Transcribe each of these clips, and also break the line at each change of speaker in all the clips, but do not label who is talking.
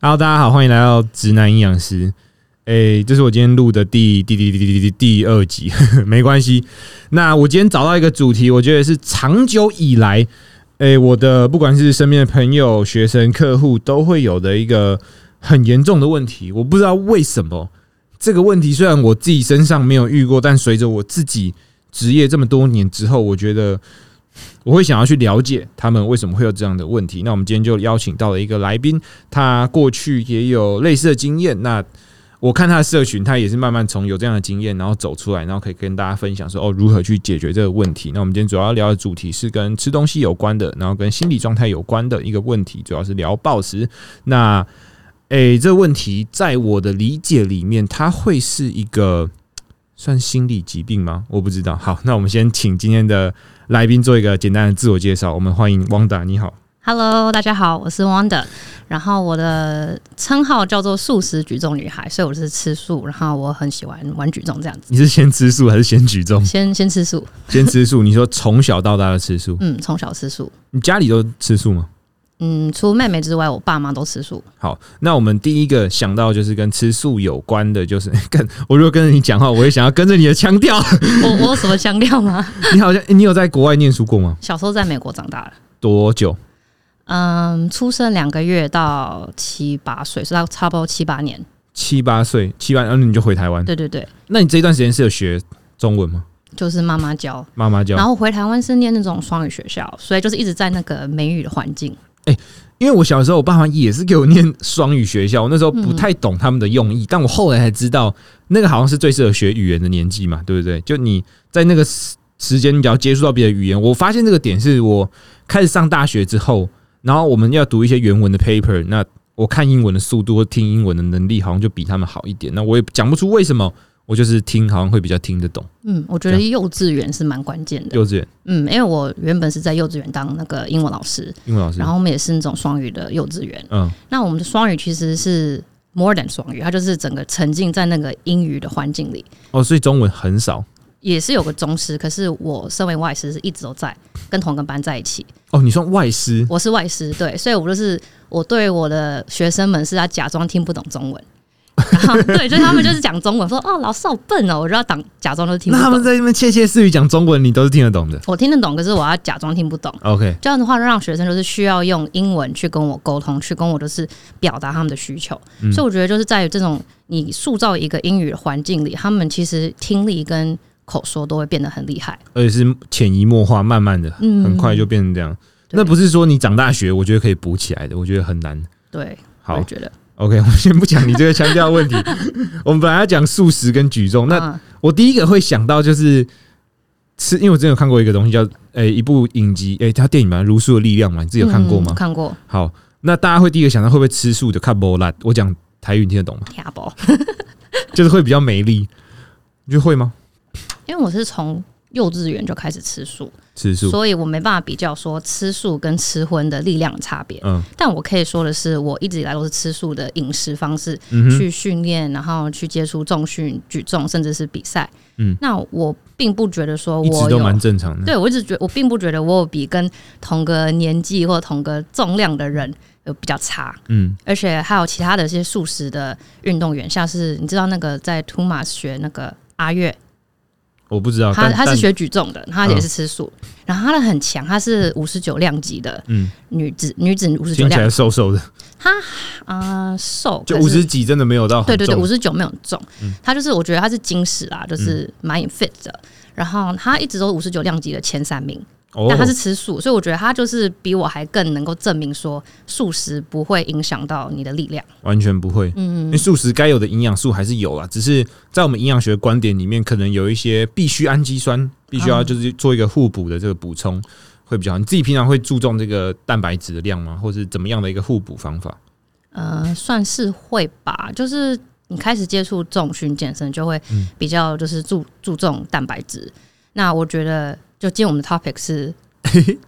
Hello，大家好，欢迎来到直男营养师。诶、这是我今天录的第第第第第第第二集， 没关系。那我今天找到一个主题，我觉得是长久以来，诶、我的不管是身边的朋友、学生、客户都会有的一个很严重的问题。我不知道为什么这个问题，虽然我自己身上没有遇过，但随着我自己职业这么多年之后，我觉得我会想要去了解他们为什么会有这样的问题。那我们今天就邀请到了一个来宾，他过去也有类似的经验。那我看他的社群，他也是慢慢从有这样的经验，然后走出来，然后可以跟大家分享说哦，如何去解决这个问题。那我们今天主要聊的主题是跟吃东西有关的，然后跟心理状态有关的一个问题，主要是聊暴食。那诶、这个问题在我的理解里面，它会是一个算心理疾病吗？我不知道。好，那我们先请今天的来宾做一个简单的自我介绍。我们欢迎汪达，你好。
Hello，大家好，我是 Wanda，然后我的称号叫做素食举重女孩，所以我是吃素，然后我很喜欢玩举重这样子，
你是先吃素还是先举重？
先先吃素，
先吃素？你说从小到大的吃素，
嗯，从小吃素，
你家里都吃素吗？
嗯，除妹妹之外，我爸妈都吃素，
好，那我们第一个想到就是跟吃素有关的，就是 跟我如果跟着你讲话，我也想要跟着你的腔调。
我我有什么腔调吗？
你好像你有在国外念书过吗？
小时候在美国长大了，
多久？
嗯，出生两个月到七八岁，是到差不多七八年，
七八岁，七八，然后呃你就回台湾。
对对对，
那你这一段时间是有学中文吗？
就是妈妈教，
妈妈教
然。后回台湾是念那种双语学校，所以就是一直在那个美语的环境，
因为我小时候，我爸妈也是给我念双语学校，我那时候不太懂他们的用意，但我后来才知道，那个好像是最适合学语言的年纪嘛，对不对？就你在那个时时间，你只要接触到别的语言，我发现这个点是我开始上大学之后，然后我们要读一些原文的 paper，那我看英文的速度或听英文的能力好像就比他们好一点，那我也讲不出为什么。我就是听，好像会比较听得懂。
嗯，我觉得幼稚园是蛮关键的。
幼稚园
嗯，因为我原本是在幼稚园当那个英文老师，
英文老师
然，后我们也是那种双语的幼稚园。
嗯，
那我们的双语其实是 more than 双语，它就是整个沉浸在那个英语的环境里，
哦，所以中文很少。
也是有个中师。可是我身为外师是一直都在跟同一个班在一起，
哦，你算外师，
我是外师，对，所以我就是我对我的学生们是要假装听不懂中文。然后对，就是他们就是讲中文，说哦老师好笨哦，我就要当假装都听
那
不
他们
懂。
在那边窃窃私语讲中文，你都是听得懂的。
我听得懂，可是我要假装听不懂。
OK，
这样的话，让学生就是需要用英文去跟我沟通，去跟我就是表达他们的需求。
嗯
所以我觉得就是在于这种你塑造一个英语的环境里，他们其实听力跟口说都会变得很厉害。
而且是潜移默化，慢慢的，
嗯
很快就变成这样。
对
那不是说你长大学，我觉得可以补起来的，我觉得很难。
对，我
好
也觉得。
，OK，我们 先不讲你这个腔调 问题。我们本来要讲素食跟举重，那
嗯
我第一个会想到就是吃，因为我之前有看过一个东西叫诶、一部影集，诶、它电影嘛，《如素的力量》嘛，你自己有看过吗
嗯？看过，
好，那大家会第一个想到会不会吃素的 c a b o l a 我讲台语你听得懂吗？
听不？
就是会比较美丽，你觉得会吗？
因为我是从幼稚园就开始吃素，
吃素，
所以我没办法比较说吃素跟吃荤的力量的差别。
嗯
但我可以说的是，我一直以来都是吃素的饮食方式，
嗯哼，
去训练，然后去接触重训、举重，甚至是比赛。
嗯，
那我并不觉得说
一直
我
都
有，
蛮正常的。
对我一直觉我并不觉得我有比跟同个年纪或同个重量的人有比较差，
嗯，
而且还有其他的一些素食的运动员，像是你知道那个在图马学那个阿月，
我不知道，
他
但
他
但
是学举重的，他
嗯
也是吃素，然后他的很强，他是五十九量级的
嗯，
女子女子五十九
听起
量
来，瘦瘦 的，
她啊、瘦，
就
可
五
是
十几真的没有到
对
很
对
重，嗯
对，五十九没有中，他就是我觉得他是金石啊，就是蛮 fit 的。然后他一直都五十九量级的前三名，
哦，
但他是吃素，所以我觉得他就是比我还更能够证明说素食不会影响到你的力量。
完全不会，嗯，因为素食该有的营养素还是有啦，只是在我们营养学观点里面，可能有一些必需氨基酸，必
嗯
须要就是做一个互补的这个补充。会比较好，你自己平常会注重这个蛋白质的量吗？或是怎么样的一个互补方法？
呃，算是会吧，就是你开始接触重训健身，就会
嗯
比较就是注注重蛋白质。那我觉得，就今天我们的 topic 是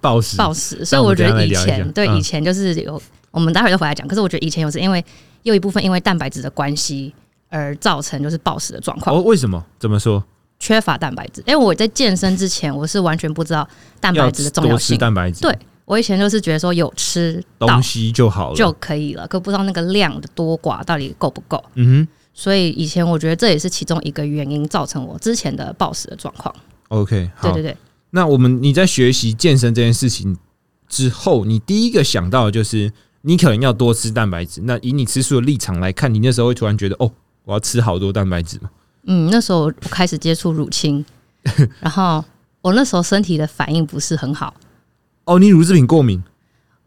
暴食，哦
暴食，所
那
以
我
我
们
觉
等一
得
下来聊
以
一下
前对
嗯
以前就是有，我们待会都回来讲。可是我觉得以前有是因为又一部分因为蛋白质的关系而造成就是暴食的状况，
哦，为什么？怎么说？
缺乏蛋白质。因为我在健身之前，我是完全不知道蛋白质的重
多
要
吃
性，
蛋白质，
对我以前就是觉得说有吃到
东西就好了。
就可以了，可不知道那个量的多寡到底够不够。
嗯
所以以前我觉得这也是其中一个原因，造成我之前的暴食的状况。
哼，OK，好。
对对对，
那我们你在学习健身这件事情之后，你第一个想到的就是你可能要多吃蛋白质。那以你吃素的立场来看，你那时候会突然觉得哦，我要吃好多蛋白质嘛？
嗯，那时候我开始接触 乳清，然后我那时候身体的反应不是很好，
哦，你乳制品过敏，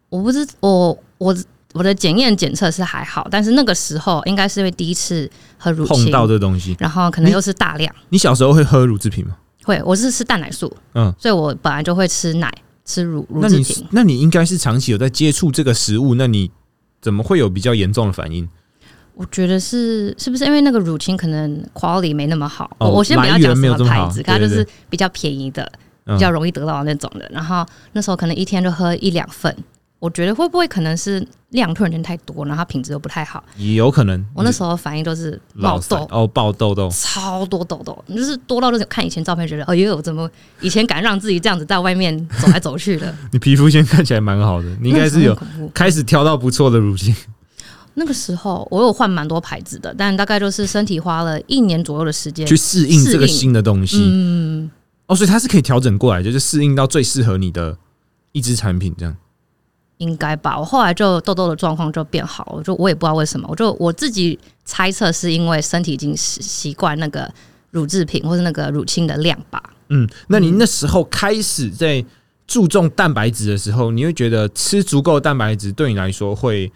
我不知我我我的检验检测是还好，但是那个时候应该是因为第一次喝乳
碰
清，
到这东西，
然后可能又是大量，
你小时候会喝乳制品吗？
会我是吃蛋奶素，
嗯，
所以我本来就会吃奶吃乳乳
那
制
你
品。
那你应该是长期有在接触这个食物，那你怎么会有比较严重的反应？
我觉得是是不是因为那个乳清可能 quality 没那么好？
哦
我我先不要
来
讲
源没
什
有这么
牌
好
子，
对
它就
对
是比较便宜的、
嗯
比较容易得到的那种的。然后那时候可能一天就喝一两份，我觉得会不会可能是量突然间太多，然后它品质又不太好？
也有可能，
我那时候反应都是
嗯老
冒
散
痘。
哦，爆痘 痘，
超多痘痘，就是多到就是看以前照片，觉得哎呦，怎么以前敢让自己这样子在外面走来走去的？
你皮肤现在看起来蛮好的， 你应该是有
那时候很恐怖
开始挑到不错的乳清。
那个时候我有换蛮多牌子的，但大概就是身体花了一年左右的时间
去适应这个新的东西。
嗯，
哦，所以它是可以调整过来，就是适应到最适合你的一支产品这样。
应该吧。我后来就痘痘的状况就变好了，我就我也不知道为什么，我就我自己猜测是因为身体已经习习惯那个乳制品或是那个乳清的量吧。
嗯，那你那时候开始在注重蛋白质的时候，你会觉得吃足够的蛋白质对你来说会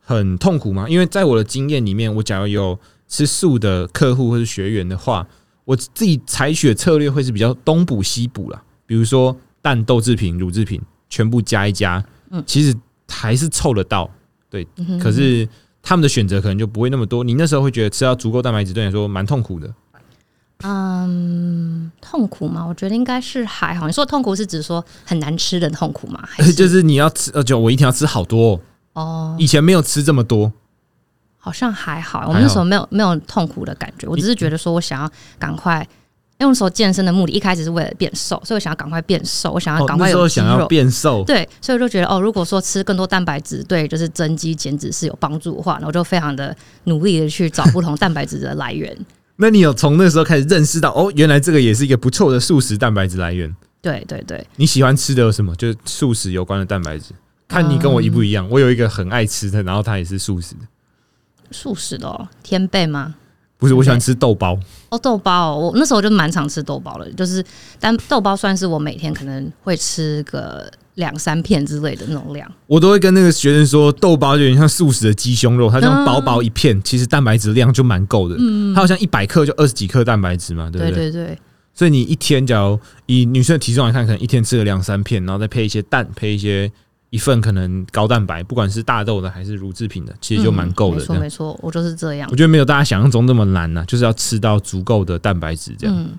很痛苦吗？因为在我的经验里面，我假如有吃素的客户或是学员的话，我自己采取的策略会是比较东补西补啦，比如说蛋、豆制品、乳制品全部加一加，嗯，其实还是凑得到，对，
嗯
可是。他们的选择可能就不会那么多。你那时候会觉得吃到足够蛋白质对你来说蛮痛苦的，
嗯，痛苦吗？我觉得应该是还好。你说的痛苦是指说很难吃的痛苦吗？还 是
就是你要吃，呃，就我一天要吃好多、哦，
哦，
以前没有吃这么多，
好像还好。我们那时候没有没有痛苦的感觉，我只是觉得说我想要赶快。因为那时候健身的目的一开始是为了变瘦，所以我想要赶快变瘦，我想要
哦
啊赶
那
快
时
有
候
肌
想
肉。
要变瘦，
对，所以我就觉得哦，如果说吃更多蛋白质对就是增肌减脂是有帮助的话，那我就非常的努力的去找不同蛋白质的 来源。
那你有从那时候开始认识到，哦，原来这个也是一个不错的素食蛋白质来源。
对对对，
你喜欢吃的有什么？就是素食有关的蛋白质。看你跟我一不一
嗯
样，我有一个很爱吃的，然后它也是素食的，
素食的、哦、天贝吗？
不是我喜欢
对
吃豆包。
哦，豆包、哦，我那时候就蛮常吃豆包的，就是但豆包算是我每天可能会吃个两三片之类的那种量。
我都会跟那个学生说，豆包就有点像素食的鸡胸肉，它这样薄薄一片，其实蛋白质量就蛮够的。它好像一百克就二十几克蛋白质嘛，对不
嗯对
对？
对对，
所以你一天，假如以女生的体重来看，可能一天吃了两三片，然后再配一些蛋，配一些一份可能高蛋白，不管是大豆的还是乳制品的，其实就蛮够
嗯
的。
没
这
错
样
没错，我就是这样
我。觉得没有大家想象中那么难呐、就是要吃到足够的蛋白质这样。
嗯，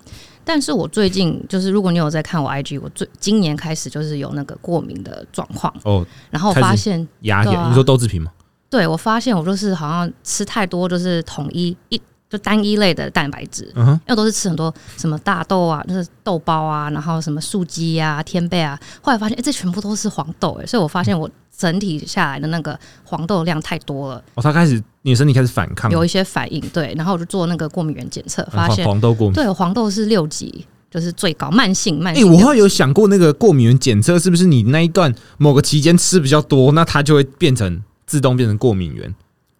但是我最近就是，如果你有在看我 IG，我最今年开始就是有那个过敏的状况，
哦，
然后我
开始
发现
牙
对
也，
啊
你说豆制品吗？
对我发现我就是好像吃太多就是统一一就单一类的蛋白质，
嗯哼，
因为我都是吃很多什么大豆啊，就是豆包啊，然后什么素鸡啊、天贝啊，后来发现哎、诶这全部都是黄豆哎、诶所以我发现我整体下来的那个黄豆量太多了，
哦，它开始你的身体开始反抗，嗯
有一些反应对，然后我就做那个过敏原检测，发
黄
现
黄豆过敏。
对黄豆是六级，就是最高慢性慢
哎、
性
我
六级。
会有想过那个过敏原检测是不是你那一段某个期间吃比较多，那它就会变成自动变成过敏原。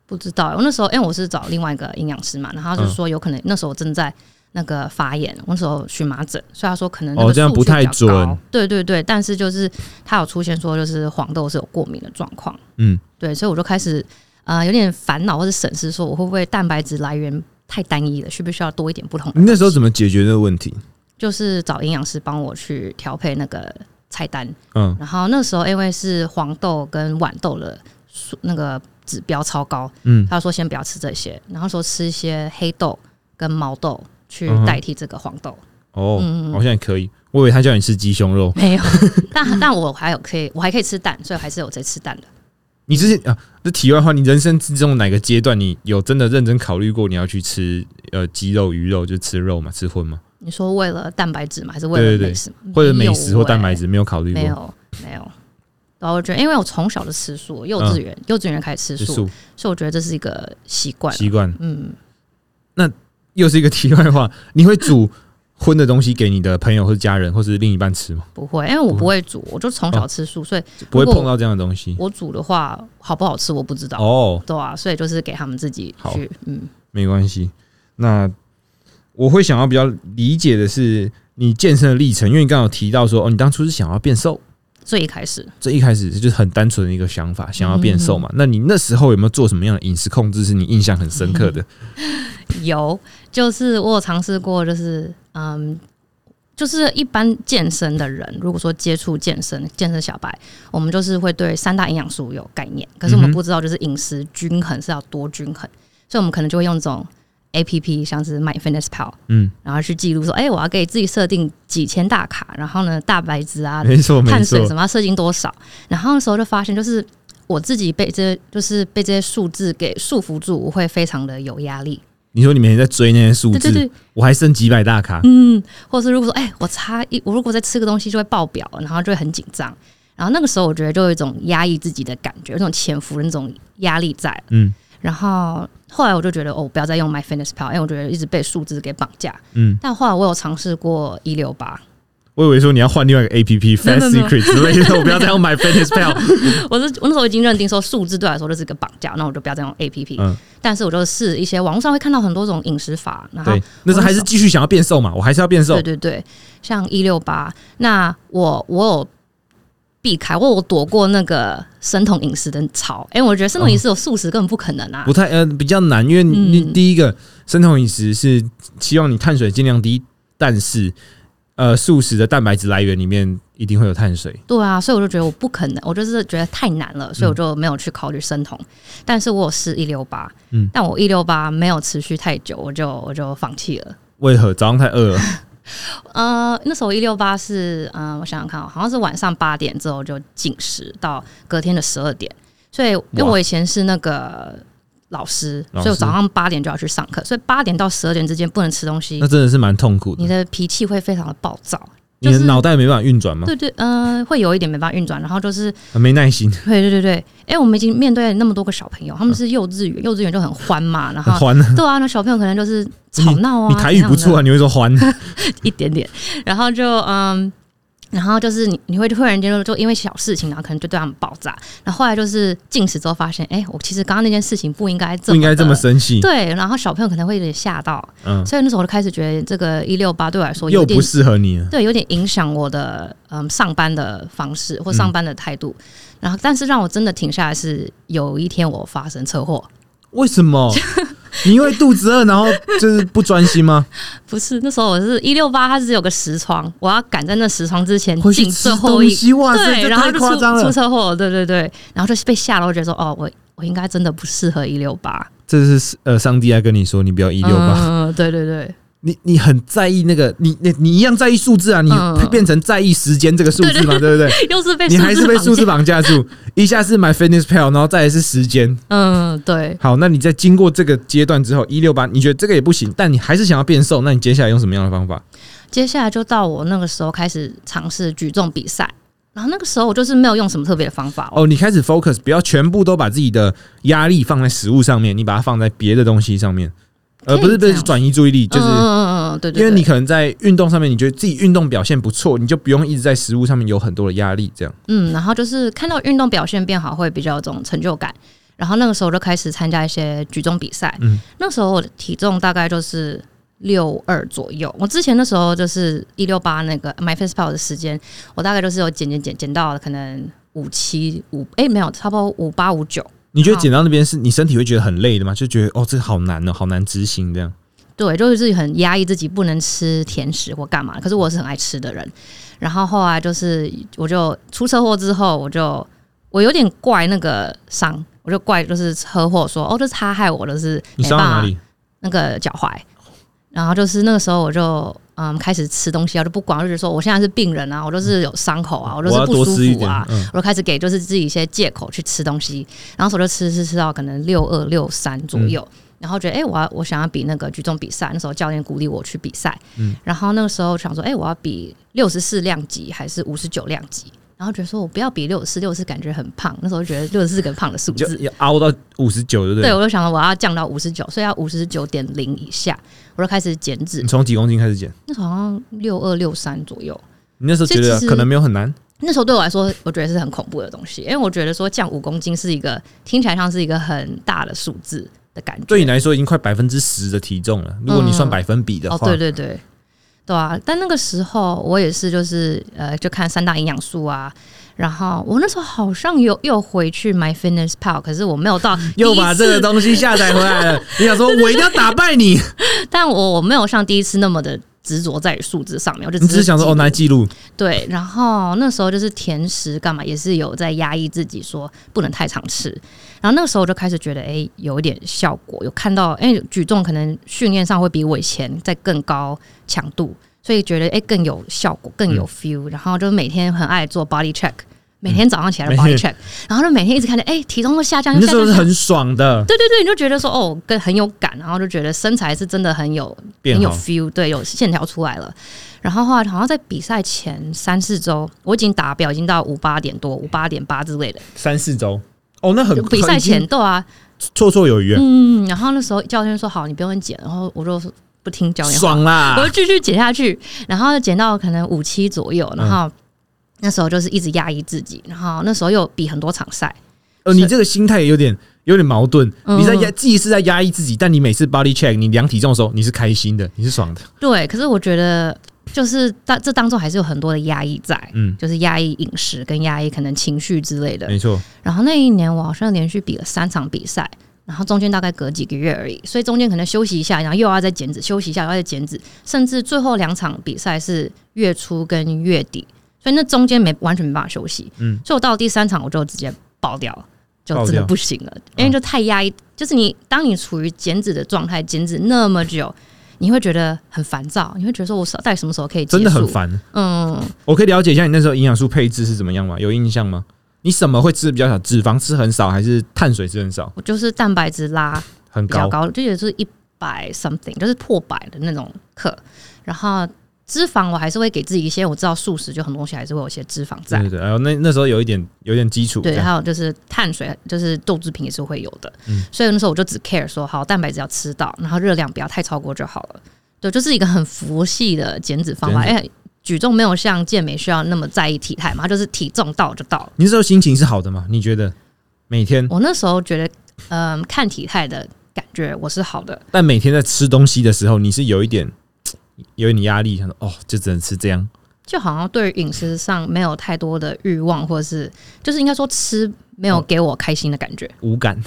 不知道，我那时候因为我是找另外一个营养师嘛，然后
嗯
他就说有可能那时候我正在那个发炎，我那时候荨麻疹，所以他说可能那
哦
个
这样
数
不
据
太
比较高
准
对对对，但是就是他有出现说就是黄豆是有过敏的状况，
嗯，
对，所以我就开始呃有点烦恼或者审视说我会不会蛋白质来源太单一了，需不需要多一点不同的
你那时候
东西
怎么解决这个问题？
就是找营养师帮我去调配那个菜单，
嗯，
然后那时候因为是黄豆跟豌豆的数那个指标超高，
嗯
他说先不要吃这些，然后说吃一些黑豆跟毛豆去
嗯哼
代替这个黄豆。
哦，好像也可以。我以为他叫你吃鸡胸肉，
没有， 但但我还有可以，我还可以吃蛋，所以我还是有在吃蛋的。
你之前啊，这题外话，你人生之中哪个阶段你有真的认真考虑过你要去吃呃鸡肉、鱼肉，就吃肉嘛，吃荤嘛，
你说为了蛋白质吗？还是为
对对
了
对
美食吗？
或者美食
嗯没有
或蛋白
欸
质没有考虑
没
过？
有没有，然后我觉得，因为我从小就吃素，幼稚园、幼稚园开始吃
嗯吃
素，
素
所以我觉得这是一个习惯。
习惯。
嗯，
又是一个题外话，你会煮荤的东西给你的朋友或是家人或是另一半吃吗？
不会，因为我不会煮，我就从
哦
小吃素，所以
不会
如果
碰到这样的东西
我煮的话好不好吃我不知道。
哦，
对啊，所以就是给他们自己
好
去，嗯，
没关系。那我会想要比较理解的是你健身的历程，因为你刚刚有提到说哦，你当初是想要变瘦，
最一开始
这一开始就是很单纯的一个想法，想要变瘦
嗯
嘛。那你那时候有没有做什么样的饮食控制是你印象很深刻的？
嗯有，就是我有尝试过，就是嗯，就是一般健身的人，如果说接触健身、健身小白，我们就是会对三大营养素有概念，可是我
嗯
们
哼
不知道就是饮食均衡是要多均衡，所以我们可能就会用这种 A P P，像是 My Fitness Pal，
嗯，
然后去记录说，哎、我要给自己设定几千大卡，然后呢，蛋白 质啊、
没错没
碳水
错
什，么要设定多少，然后那时候就发现就是。我自己被这些就是被这些数字给束缚住，我会非常的有压力。
你说你每天在追那些数
对
字，
对对，
我还剩几百大卡，
嗯，或者是如果说，哎、我差一，我如果再吃个东西就会爆表，然后就会很紧张。然后那个时候，我觉得就有一种压抑自己的感觉，有一种潜伏的那种压力在。
嗯
然后后来我就觉得，哦，我不要再用 My Fitness Pal，因为我觉得一直被数字给绑架。
嗯，
但后来我有尝试过一六八，
我以为说你要换另外一个 A P P Fat
没有没有
Secret 之类的，我不要再用 My Fitness Pal。
我是我那时候已经认定说数字对我来说就是一个绑架，那我就不要再用 A P P、
嗯
但是我就试一些网络上会看到很多种饮食法，然后
对，那时候还是继续想要变瘦嘛，我还是要变瘦
对。对对，像一六八，那我我有避开，我有躲过那个生酮饮食的潮，因为我觉得生酮饮食有素食根本不可能啊
不。太呃比较难，因为你
嗯
第一个生酮饮食是希望你碳水尽量低，但是呃素食的蛋白质来源里面一定会有碳水。
对啊，所以我就觉得我不可能，我就是觉得太难了，所以我就没有去考虑生酮。但是我有试一六八，
嗯
但我一六八没有持续太久，我就我就放弃了。
为何早上太饿 了？
呃，那时候一六八是，嗯、我想想看哦，好像是晚上八点之后就进食到隔天的十二点，所以因为
哇
我以前是那个老师，
老师
所以我早上八点就要去上课，所以八点到十二点之间不能吃东西
那，真的是蛮痛苦
你
的，
的脾气会非常的暴躁，
你
就
的
是
脑袋没办法运转吗？
对对，嗯、会有一点没办法运转，然后就是，
很没耐心，
对对对对，哎、我们已经面对那么多个小朋友，他们是幼稚园，幼稚园就很欢嘛，然
很
后。
欢啊！
对啊，那小朋友可能就是吵闹啊
你台语不
怎样的
错啊，你会说 欢，
一点点，然后就嗯。然后就是你，你会突然间就就因为小事情，然后啊可能就对他们爆炸。然后后来就是进食之后发现，哎，我其实刚刚那件事情不应该这
不
么，
应该这么。生气。
对，然后小朋友可能会有点吓到，
嗯，
所以那时候我就开始觉得这个一六八对我来说有
又
点
不适合你了。
对，有点影响我的嗯上班的方式或上班的态度。然后，但是让我真的停下来是有一天我发生车祸，
为什 么？你因为肚子饿，然后就是不专心吗？
不是那时候我是一六八，它只有个时窗，我要赶在那时窗之前
回去
进
吃
最后
东
一
西，哇塞，
对，
这
然后
太
就
夸
出
张
出
了！
车祸，对对对，然后就被吓了，我觉得说哦，我我应该真的不适合一六八，
这是呃，上帝在跟你说，你不要一
一
六八。
嗯，对对对，
你你很在意那个，你你你一样在意数字啊，你
嗯
变成在意时间这个数字嘛，对不 对？
又是被
你还是被数字
绑
绑架住，一下是 my fitness pal，然后再来是时间。
架，嗯，对，
好，那你在经过这个阶段之后，一六八，你觉得这个也不行，但你还是想要变瘦，那你接下来用什么样的方法？
接下来就到我那个时候开始尝试举重比赛，然后那个时候我就是没有用什么特别的方法，
哦，你开始 focus，不要全部都把自己的压力放在食物上面，你把它放在别的东西上面，而不是
可
不
以这样
是转移注意力，就是
嗯嗯嗯嗯，对对
因
对，
为你可能在运动上面，你觉得自己运动表现不错，你就不用一直在食物上面有很多的压力，这样。
嗯，然后就是看到运动表现变好，会比较有这种成就感。然后那个时候就开始参加一些举重比赛，
嗯
那时候我的体重大概就是六二左右。我之前那时候就是一六八那个 my first power 的时间，我大概就是有减减减减到可能五七五，哎，没有，差不多五八五九。
你觉得
好
减到那边是你身体会觉得很累的吗？就觉得哦，这个好难哦，好难执行这样。
对，就是自己很压抑自己不能吃甜食或干嘛，可是我是很爱吃的人。然后后来就是我就出车祸之后，我就我有点怪那个伤，我就怪就是车祸说哦，这是他害我的是
你
没
伤
办
到
法
哪里？
那个脚踝，然后就是那个时候我就嗯开始吃东西啊，我就不管，我就觉得说我现在是病人啊，我就是有伤口啊，我就
要
是
多
不舒
吃一
服
点
啊。。
嗯，
我就开始给就是自己一些借口去吃东西，然后所以我就吃吃吃到可能六二六三左右，然后觉得哎、诶我要我想要比那个举重比赛，那时候教练鼓励我去比赛，
嗯
然后那个时候想说哎、诶我要比六十四量级还是五十九量级，然后觉得说我不要比六十四，六十四感觉很胖，那时候觉得六十四个胖的数
就
字，
要凹到五十 九，对不
对
对？
我就想我要降到五十九，所以要五十九点零以下，我就开始减脂
你，从几公斤开始减？
那时候好像六二六三左右。
你那时候觉
所以
得
其实
可能没有很难，
那时候对我来说，我觉得是很恐怖的东西，因为我觉得说降五公斤是一个听起来像是一个很大的数字的感觉。哦
对你来说已经快百分之十的体重了。如果你算
嗯
百分比的
哦，
话，
对对对，对啊。但那个时候我也是，就是呃，就看三大营养素啊。然后我那时候好像有又回去 My Fitness Pal，可是我没有到
又
第一
把
次
这个东西下载回来了。你想说，我一定要打败 你，
但我我没有像第一次那么的执着在于数字上面，我就
你只
是
是想说哦，
记录
拿来记录。
对，然后那时候就是甜食干嘛也是有在压抑自己，说不能太常吃。然后那个时候我就开始觉得，哎，有一点效果，有看到，哎，举重可能训练上会比我以前在更高强度，所以觉得哎更有效果，更
嗯
有 feel、然后就每天很爱做 body check，每天早上起来的 body check，、然后就每天一直看着，哎，体重都下降，
你
又
那
下
时候
降。
是
下降
很爽的，
对对对，你就觉得说哦，跟很有感，然后就觉得身材是真的很有
变
很有
好。
feel，对，有线条出来了。然后后来好像在比赛前三四周，我已经达标，已经到五八点多、五八点八之类的。
三四周哦，那很
就比赛前对啊，
绰绰有余，
嗯，然后那时候教练说好，你不用减，然后我就不听教练话，
爽啊啦
我！就继续减下去，然后减到可能五七左右，
嗯
然后那时候就是一直压抑自己，然后那时候又比很多场赛，
呃，你这个心态有点有点矛盾，
嗯
你在压既是在压抑自己，但你每次 body check 你量体重的时候，你是开心的，你是爽的，
对，可是我觉得就是当这当中还是有很多的压抑在，
嗯，
就是压抑饮食跟压抑可能情绪之类的，
没错，
然后那一年我好像连续比了三场比赛，然后中间大概隔几个月而已，所以中间可能休息一下，然后又要再减脂，休息一下又要再减脂，甚至最后两场比赛是月初跟月底，所以那中间没完全没办法休息。
嗯，
所以我到第三场我就直接爆掉了，就真
爆
的
掉
不行了，因为就太压抑，就是你当你处于减脂的状态，减脂那么久。你会觉得很烦躁，你会觉得说，我到底什么时候可以结束？
真的很。烦。
嗯，
我可以了解一下你那时候营养素配置是怎么样吗？有印象吗？你什么会吃的比较少？脂肪吃很少，还是碳水吃很少？
我就是蛋白质拉
很
比较
高，
高，就也是一百 something，就是破百的那种课。然后脂肪我还是会给自己一些，我知道素食就很多东西还是会有一些脂肪
对
在。
对对。然后那那时候有一点有点基础，
嗯对，
这样
还有就是碳水，就是豆制品也是会有的，
嗯
所以那时候我就只 care 说，好蛋白质要吃到，然后热量不要太超过就好了。对，就是一个很佛系的减脂方法，
减
因为举重没有像健美需要那么在意体态嘛，它就是体重到就到了。
你那时候心情是好的吗？你觉得每天，
我那时候觉得，嗯、看体态的感觉我是好的，
但每天在吃东西的时候，你是有一点有一点压力，想说哦，就只能吃这样。
就好像对于饮食上没有太多的欲望，或者是就是应该说吃没有给我开心的感觉，
无感，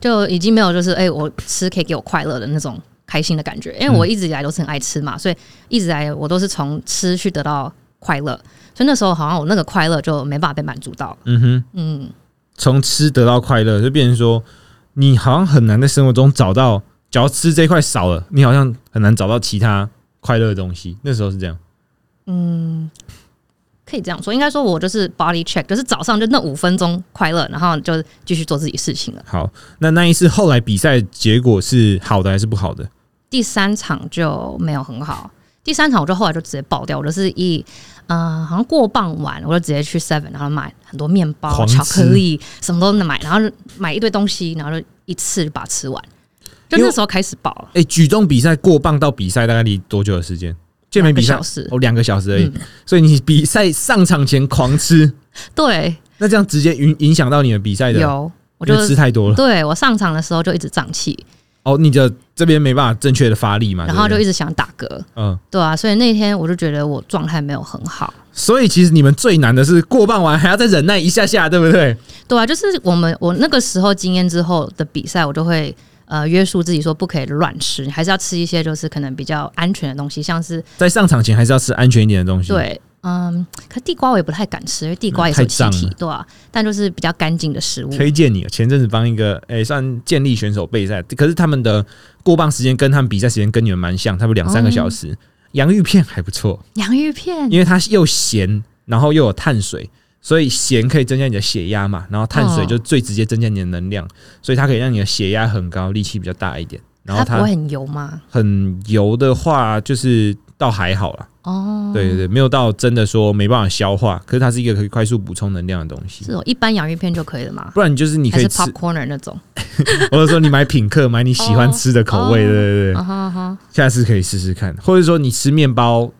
就已经没有就是哎、我吃可以给我快乐的那种开心的感觉。因为我一直以来都是很爱吃嘛，所以一直以来我都是从吃去得到快乐，所以那时候好像我那个快乐就没办法被满足到。
嗯哼，
嗯，
从吃得到快乐，就变成说，你好像很难在生活中找到，只要吃这一块少了，你好像很难找到其他快乐的东西。那时候是这样，
可以这样说，应该说我就是 body check，就是早上就那五分钟快乐，然后就继续做自己事情了。
好，那那一次后来比赛结果是好的还是不好的？
第三场就没有很好。第三场我就后来就直接爆掉，我就是一呃，好像过傍晚我就直接去 Seven，然后买很多面包、
狂吃
巧克力，什么都能买，然后买一堆东西，然后就一次就把它吃完。就
因为
那时候开始爆了，
哎、举重比赛过磅到比赛大概离多久的时间？健美比赛
两个小时
哦，两个小时而已。
嗯
所以你比赛上场前狂吃，
对，
那这样直接影影响到你的比赛的，
有我
哎因
就
为吃太多了。
对我上场的时候就一直胀气，
哦，你的这边没办法正确的发力嘛，
然后
啊对
就
不对
一直想打嗝，
嗯，
对啊，所以那天我就觉得我状态没有很好。
所以其实你们最难的是过半完还要再忍耐一下下，对不对？
对啊，就是我们我那个时候经验之后的比赛，我就会呃约束自己说不可以乱吃，你还是要吃一些就是可能比较安全的东西，像是
在上场前还是要吃安全一点的东西。，
对。嗯，可地瓜我也不太敢吃，因为地瓜也是有气
太
体
胀了，
对啊，但就是比较干净的食物，
推荐你前阵子帮一个诶、算健力选手备赛，可是他们的过磅时间跟他们比赛时间跟你们蛮像，他们两三个小
哦
时。洋芋片还不错，
洋芋片
因为它又咸，然后又有碳水，所以咸可以增加你的血压嘛，然后碳水
嗯
就最直接增加你的能量，所以它可以让你的血压很高，力气比较大一点。然后
它
它
不会很油吗？
很油的话，就是倒还好啦。
哦，
对对对，没有到真的说没办法消化，可是它是一个可以快速补充能量的东西
是。哦，一般洋芋片就可以了吗？
不然你就是你
还
可以
是
吃，
popcorn 那种？
或者说你买品客，买你喜欢吃的口味，对
哦
对对
啊，哈哈，
下次可以试试看。或者说你吃面包，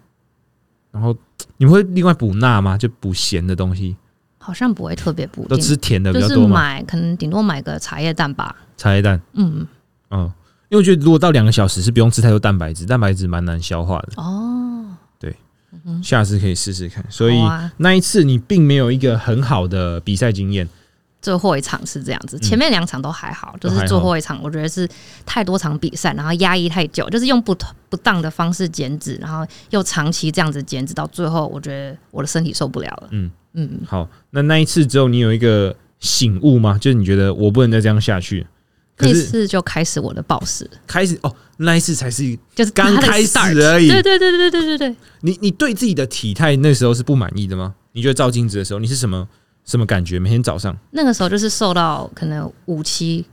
然后你们会另外补钠吗？就补咸的东西，
好像不会特别补
都
丁，
吃甜的比
就
较
是
多嘛？
买可能顶多买个茶叶蛋吧。
茶叶蛋，
嗯，
嗯，因为我觉得如果到两个小时是不用吃太多蛋白质，蛋白质蛮难消化的，
哦，
下次可以试试看。所以
嗯好啊
那一次你并没有一个很好的比赛经验，
最后一场是这样子，前面两场都还好，就
都还好
是最后一场，我觉得是太多场比赛，然后压抑太久，就是用不同不当的方式减脂，然后又长期这样子减脂，到最后我觉得我的身体受不了了。
嗯
嗯，
好，那那一次之后，你有一个醒悟吗？就是你觉得我不能再这样下去。可
那
是
次就开始我的暴食，
开始哦，那一次才是
就是
刚
它的
开始
start
而已
对对对对对对对，
你你对自己的体态那时候是不满意的吗？你觉得照镜子的时候，你是什么什么感觉？每天早上，
那个时候就是瘦到可能五七，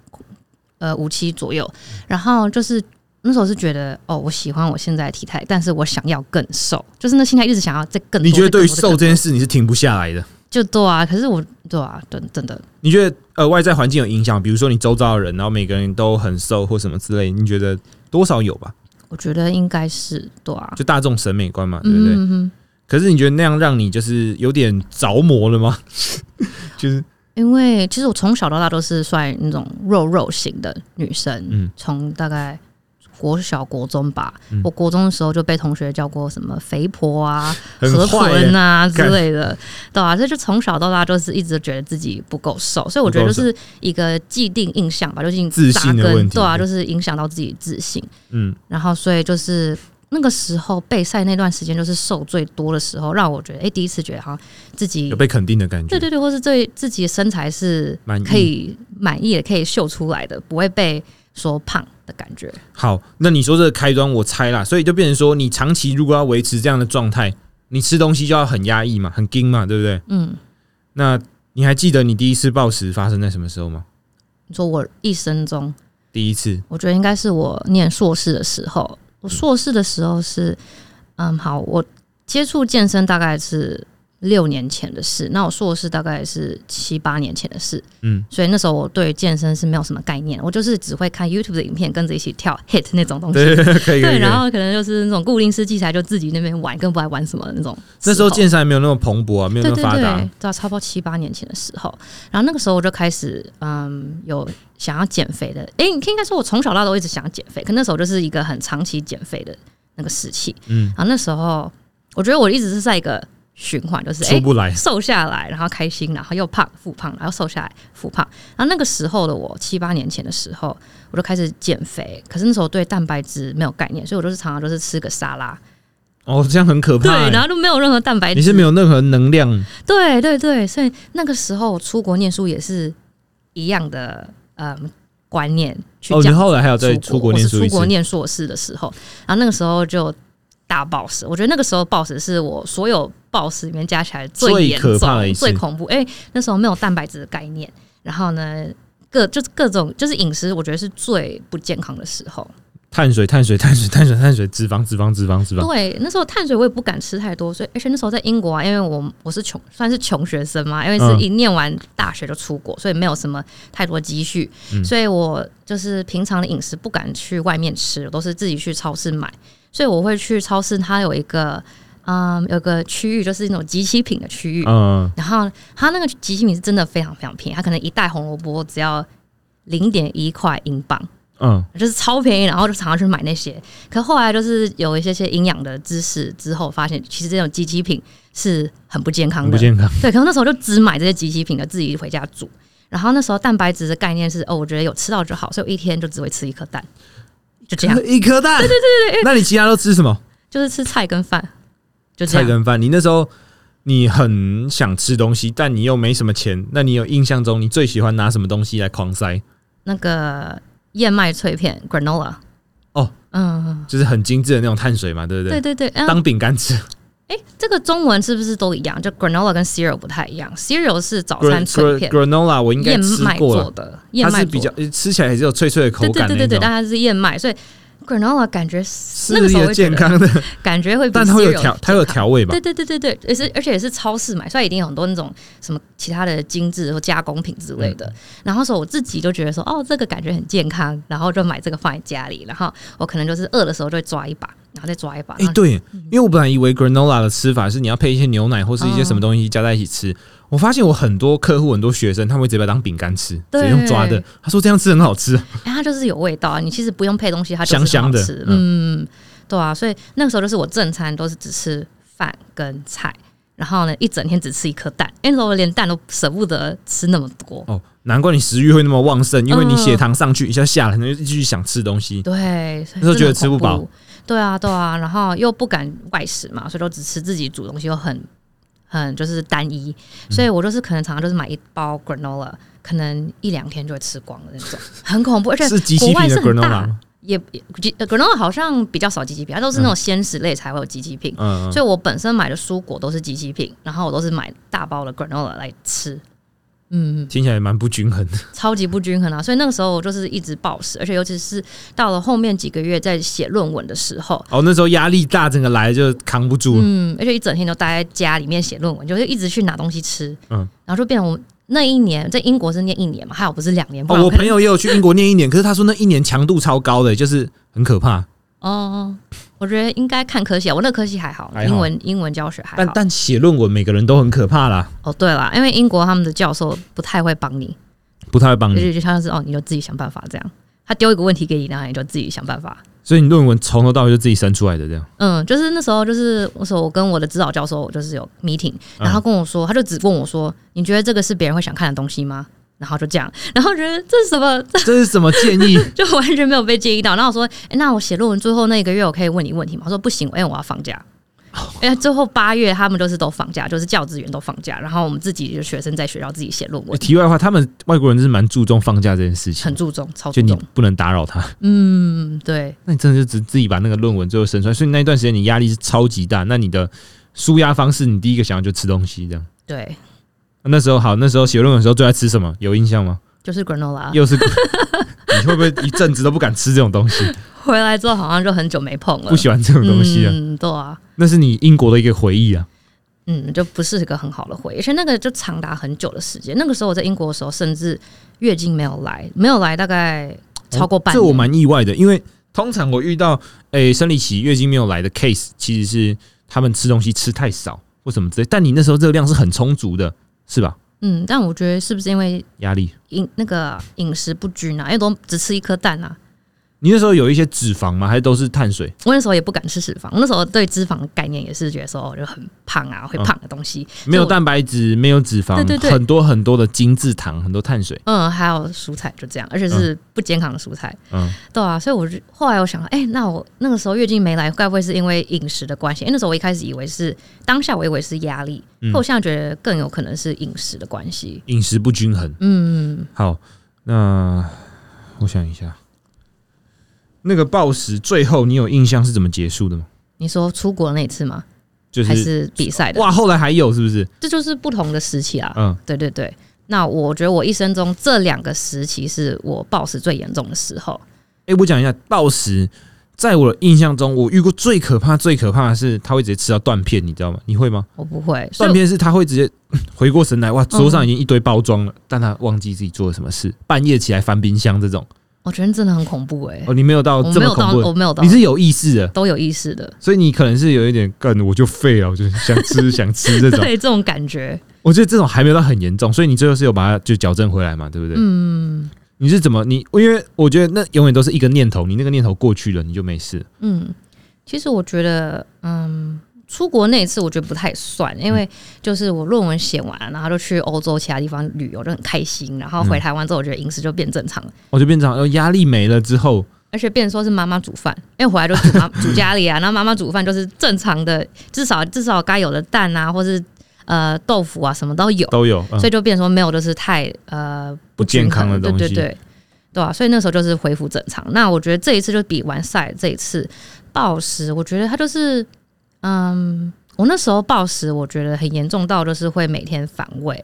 呃五七左右，然后就是那时候是觉得哦，我喜欢我现在的体态，但是我想要更瘦，就是那心态一直想要再更多。
你觉得
再更
对于
多
瘦
再更
这
多
件事你是停不下来的？
就对啊，可是我对啊，真真的
你觉得呃外在环境有影响，比如说你周遭的人，然后每个人都很瘦或什么之类，你觉得多少有吧？
我觉得应该是对啊，
就大众审美观嘛，对不对？
嗯嗯，嗯
可是你觉得那样让你就是有点着魔了吗？ 就是
因为其实我从小到大都是算那种肉肉型的女
嗯
生，从、大概。国小、国中吧，
嗯
我国中的时候就被同学叫过什么肥婆啊、
很
河
坏欸
豚啊之
干
类的，对啊，这就从小到大就是一直觉得自己不够瘦，所以我觉得
不
就
够瘦
是一个既定印象吧，就是
自信的
扎根
问题
对啊，
对
就是影响到自己自信。
嗯，
然后所以就是那个时候备赛那段时间，就是瘦最多的时候，让我觉得哎、诶第一次觉得好像自己
有被肯定的感觉。
对对对，或是对自己的身材是
满意
可以满意的，可以秀出来的，不会被说胖的感觉。
好，那你说这个开端，我猜啦，所以就变成说，你长期如果要维持这样的状态，你吃东西就要很压抑嘛，很硬嘛，对不对？
嗯，
那你还记得你第一次暴食发生在什么时候吗？
你说我一生中，
第一次，
我觉得应该是我念硕士的时候，我硕士的时候是，嗯，好，我接触健身大概是。六年前的事，那我硕士大概是七八年前的事。
嗯，
所以那时候我对健身是没有什么概念，我就是只会看 YouTube 的影片，跟着一起跳 hit 那种东西。
对，可以，可以。
对，然
可以
后可能就是那种固定式器材，就自己那边玩，更不爱玩什么那种。
那时候健身还没有那么蓬勃啊，没有那
对哦对
么发达
对，，到差不多七八年前的时候，然后那个时候我就开始嗯有想要减肥的，诶，应该说我从小到大都一直想要减肥，可那时候就是一个很长期减肥的那个时期。
嗯，
然后那时候我觉得我一直是在一个循环，就是哎诶。
出不来。
瘦下来，然后开心，然后又胖复胖，然后瘦下来复胖。然后那个时候的我，七八年前的时候，我就开始减肥，可是那时候对蛋白质没有概念，所以我就是常常就是吃个沙拉，
哦，这样很可
对
怕、，欸。
然后就没有任何蛋白质，
你是没有任何能量，
对对对，所以那个时候我出国念书也是一样的，嗯，观念去
哦，你
讲
后来还有在
出
出国念书
我
一
是出国
次，
念硕士的时候，然后那个时候就大暴食。我觉得那个时候暴食是我所有暴食里面加起来
最
严
可
重、
怕的一
最
次
恐怖，因为那时候没有蛋白质的概念，然后呢。各就是各种就是饮食，我觉得是最不健康的时候。
碳水，碳水，碳水，碳水，碳水，脂肪，脂肪，脂肪，脂肪，
对，那时候碳水我也不敢吃太多，所以而且那时候在英国啊，因为我我是穷算是穷学生嘛，因为是
嗯
一念完大学就出国，所以没有什么太多积蓄，
嗯
所以我就是平常的饮食不敢去外面吃，我都是自己去超市买，所以我会去超市，它有一个嗯有个区域就是那种即期品的区域，
嗯，
然后它那个即期品是真的非常非常便宜，它可能一袋红萝卜只要零点一块英镑。
嗯，
就是超便宜，然后就常常去买那些。可后来就是有一些些营养的知识之后，发现其实这种鸡鸡品是很不健康
很不
的。
健康。
对，可能那时候就只买这些鸡鸡品的，自己回家煮。然后那时候蛋白质的概念是，哦，我觉得有吃到就好，所以我一天就只会吃一颗蛋，就这样，
一颗蛋，对对对
哎
对。那你其他都吃什么？
就是吃菜跟饭，就这
菜
样。
跟饭。你那时候你很想吃东西，但你又没什么钱，那你有印象中你最喜欢拿什么东西来狂塞？
那个燕麦脆片 granola，
哦，
嗯，
就是很精致的那种碳水嘛，对不对？
对对对，嗯，
当饼干吃
哎、这个中文是不是都一样？就 granola 跟 cereal 不太一样，cereal 是早哦餐
Gran-
脆片
gran-，granola 我应该
燕
吃
麦
过
做
了，
的，燕
它
麦
是
做
比
的
较呃吃起来还是有脆脆的口
对对
感
对
那
对对，
种。
但它是燕麦，所以 granola 感觉是那
是
个
一
时候
个
会觉
健
得
康的，
感觉会比 cereal
但它
健康，
会有调，它有调味吧？
对对对对对，也是而且也是超市买，所以一定有很多那种什么其他的精致或加工品之类的。然后说我自己就觉得说，哦，这个感觉很健康，然后就买这个放在家里，然后我可能就是饿的时候就会抓一把，然后再抓一把。
哎、
然后
对，因为我本来以为 granola 的吃法是你要配一些牛奶或是一些什
嗯
么东西加在一起吃。我发现我很多客户、很多学生，他们会直接把它当饼干吃，直
对
接用抓的。他说这样吃很好吃，
哎它就是有味道啊，你其实不用配东西，它就
香
是
香的
很好吃嗯，对啊，所以那个时候就是我正餐都是只吃饭跟菜。然后呢，一整天只吃一颗蛋，因为那时候我连蛋都舍不得吃那么多。
哦，难怪你食欲会那么旺盛，因为你
嗯
血糖上去一下下来，你就继续想吃东西。
对，所
嗯那
以
时候
真的
觉得
很
吃不
恐
饱
怖。对啊，对啊，然后又不敢外食嘛，所以都只吃自己煮东西，又很很就是单一，
嗯
所以我就是可能常常就是买一包 granola，可能一两天就会吃光的那种，很恐怖，而且
是极
国
其
外
品的
是很
granola
大
吗，
也鸡呃 granola 好像比较少鸡鸡品，它都是那种鲜食类才会有鸡鸡品，
嗯，
所以我本身买的蔬果都是鸡鸡品，然后我都是买大包的 granola 来吃，嗯。
听起来蛮不均衡的。
超级不均衡啊！所以那个时候我就是一直暴食，而且尤其是到了后面几个月在写论文的时候，
哦，那时候压力大，整个来就扛不住。
嗯，而且一整天都待在家里面写论文，就是一直去拿东西吃，
嗯
嗯，然后就变成我那一年在英国是念一年嘛，还好不是两年，不
哦，
然
我
可能
朋友也有去英国念一年，可是他说那一年强度超高的，就是很可怕。
哦，我觉得应该看科系啊，我那科系还好，
还好
英文英文教学还
但
好。
但写论文每个人都很可怕啦，
哦，对啦，因为英国他们的教授不太会帮你，
不太会帮
就
你，
是就像是哦，你就自己想办法这样，他丢一个问题给你，然后你就自己想办法。
所以你论文从头到尾就自己生出来 的这样。
嗯，就是那时候，就是我说我跟我的指导教授，我就是有 meeting，
嗯
然后他跟我说，他就只问我说，你觉得这个是别人会想看的东西吗？然后就这样，然后觉得这是什么， 这
这是什么建 议？
就完全没有被介意到。然后我说，诶那我写论文最后那个月我可以问你问题吗？他说不行，因为我要放假。
哦
因为最后八月他们都是都放假，就是教职员都放假，然后我们自己就学生在学校自己写论文，
题外话，他们外国人是蛮注重放假这件事情
很，注重，超
就
注
你
重。
不能打扰他。
嗯，对，
那你真的就只自己把那个论文最后生出来，所以那一段时间你压力是超级大。那你的舒压方式，你第一个想要就吃东西这样。
对，
那时候好，那时候写论文的时候最爱吃什么？有印象吗？
就是 granola。
又是 你会不会一阵子都不敢吃这种东 西，
回来之后好像就很久没碰了，
不喜欢这种东西啊？
嗯，对啊。
那是你英国的一个回忆啊。
嗯，就不是一个很好的回忆，而且那个就长达很久的时间。那个时候我在英国的时候，甚至月经没有来，没有来大概超过半
哦这
年。
我蛮意外的，因为通常我遇到诶、生理期月经没有来的 case，其实是他们吃东西吃太少或什么之类。但你那时候热量是很充足的，是吧？
嗯，但我觉得是不是因为
压力，
饮那个饮食不均啊？因为都只吃一颗蛋啊。
你那时候有一些脂肪吗？还是都是碳水？
我那时候也不敢吃脂肪，我那时候对脂肪的概念也是觉得说，哦，就很胖啊，会
嗯
胖的东西。
没有
所以我
蛋白质，没有脂肪，
对对对
很多很多的精制糖，很多碳水。
嗯，还有蔬菜就这样，而且是不健康的蔬菜。
嗯，
对啊，所以我就后来我想，哎、那我那个时候月经没来，该不会是因为饮食的关系？因为那时候我一开始以为是当下，我以为是压力，
嗯
后我现在觉得更有可能是饮食的关系。
饮食不均衡。
嗯，
好，那我想一下，那个暴食最后你有印象是怎么结束的吗？
你说出国那一次吗？
就
还
是
是比赛的？
哇，后来还有是不是？
这就是不同的时期啦。
嗯，
对对对，那我觉得我一生中这两个时期是我暴食最严重的时候。
哎、我讲一下暴食，在我的印象中，我遇过最可怕、最可怕的是，他会直接吃到断片，你知道吗？你会吗？
我不会，所
断
以
片是他会直接回过神来，
嗯
哇，桌上已经一堆包装了，但他忘记自己做了什么事，半夜起来翻冰箱这种。
我觉得真的很恐怖哎、
哦，你没有到
我
这么
没有到，
恐
我
怖，
没有到
你，是有意识的，
都有意识的，
所以你可能是有一点干，我就废了，我就想 吃想吃这种。
对这种感觉。
我觉得这种还没有到很严重，所以你最后是有把它就矫正回来嘛，对不对？
嗯
你是怎么你？因为我觉得那永远都是一个念头，你那个念头过去了，你就没事。
嗯，其实我觉得，嗯，出国那一次我觉得不太算，因为就是我论文写完，然后就去欧洲其他地方旅游，就很开心。然后回台湾之后，我觉得饮食就变正常了，
我就变成呃压力没了之后，
而且变成说是妈妈煮饭，因为回来就煮妈煮家里啊，然后妈妈煮饭就是正常的，至少至少该有的蛋啊，或是呃豆腐啊，什么都有，
都有，嗯、
所以就变成说没有就是太呃
不健康的
对
东西。
对对，对啊，所以那时候就是恢复正常。那我觉得这一次就比完赛这一次暴食，我觉得它就是，嗯，我那时候暴食，我觉得很严重到就是会每天反胃，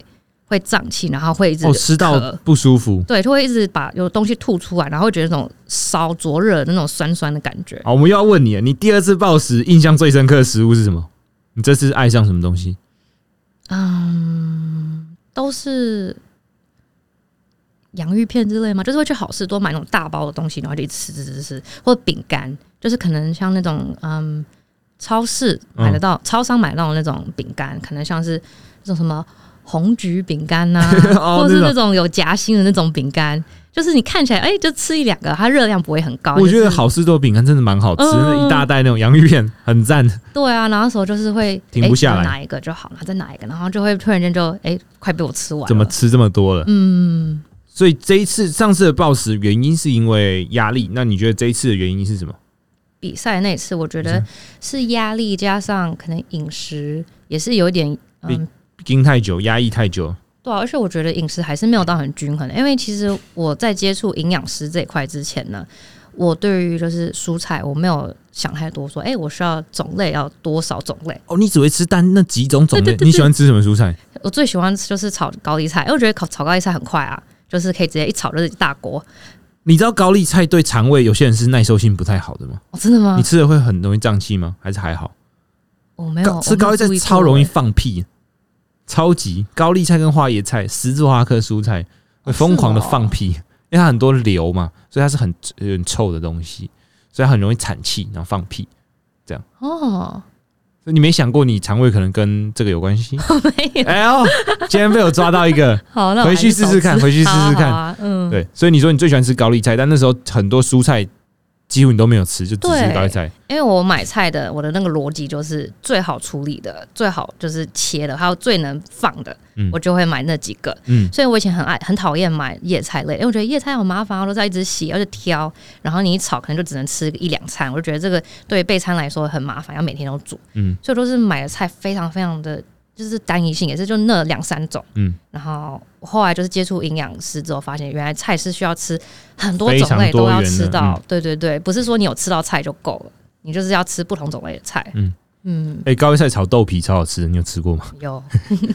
会会胀气，然后会一直
哦，吃到
咳
不舒服。
对，就会一直把有东西吐出来，然后会觉得那种烧灼热的那种酸酸的感觉。
好，我们又要问你了，你第二次暴食印象最深刻的食物是什么？你这次爱上什么东西？，
嗯，都是洋芋片之类嘛，就是会去好事多买那种大包的东西，然后就一直吃吃吃吃吃，或者饼干，就是可能像那种嗯，超市买得到、超商买到的那种饼干，可能像是那种什么红橘饼干呐
哦
啊或者是
那种
那种有夹心的那种饼干，就是你看起来哎、就吃一两个，它热量不会很高。
我觉
就
得
是
好事多饼干真的蛮好吃，
嗯
那一大袋那种洋芋片很赞。
对啊，然后那时候就是会
停不下来
哎就拿一个就好，然后再拿一个，然后就会突然间就哎、快被我吃完了，
怎么吃这么多了？
嗯。
所以这一次上次的暴食原因是因为压力，那你觉得这一次的原因是什么？
比赛那一次，我觉得是压力加上可能饮食也是有一点，
嗯
嗯，
盯太久，压抑太久，
对啊、而且我觉得饮食还是没有到很均衡，因为其实我在接触营养师这一块之前呢，我对于就是蔬菜我没有想太多，说哎、诶我需要种类要多少种类，
哦，你只会吃单那几种种类，
对对对对
你喜欢吃什么蔬菜？
我最喜欢吃就是炒高丽菜，因为我觉得炒炒高丽菜很快啊，就是可以直接一炒就是一大锅，
你知道高丽菜对肠胃有些人是耐受性不太好的吗？
哦，真的吗
你？吃了会很容易胀气吗？还是还好？
我没
高
有
吃高丽菜超容易
我没有注意过欸
放屁，超级高丽菜跟花椰菜、十字花科蔬菜会
哦
疯狂的
是哦
放屁，因为它很多硫嘛，所以它是很很臭的东西，所以它很容易产气，然后放屁。
欸哦，
所以你没想过你肠胃可能跟这个有关 系？
没有，
哎呦，今天被我抓到一个。
好，那我
回去
还是
试试
少
看
吃
回去试试
好啊好
看
啊嗯，
对，所以你说你最喜欢吃高丽菜，但那时候很多蔬菜几乎你都没有吃，就只吃
对
高丽菜。
因为我买菜的我的那个逻辑就是最好处理的、最好就是切的，还有最能放的，
嗯
我就会买那几个。
嗯，
所以我以前很爱、很讨厌买叶菜类，因为我觉得叶菜好麻烦，我都在一直洗，而且挑，然后你一炒可能就只能吃一两餐，我就觉得这个对备餐来说很麻烦，要每天都煮。
嗯，
所以我都是买的菜非常非常的就是单一性，也是就那两三种。
嗯，
然后后来就是接触营养师之后，发现原来菜是需要吃很多
非
种
常
类
多
都要
元
吃
的
到，
嗯
对对对，不是说你有吃到菜就够了，你就是要吃不同种类的菜。
嗯
嗯
哎、高丽菜炒豆皮超好吃的，你有吃过吗？
有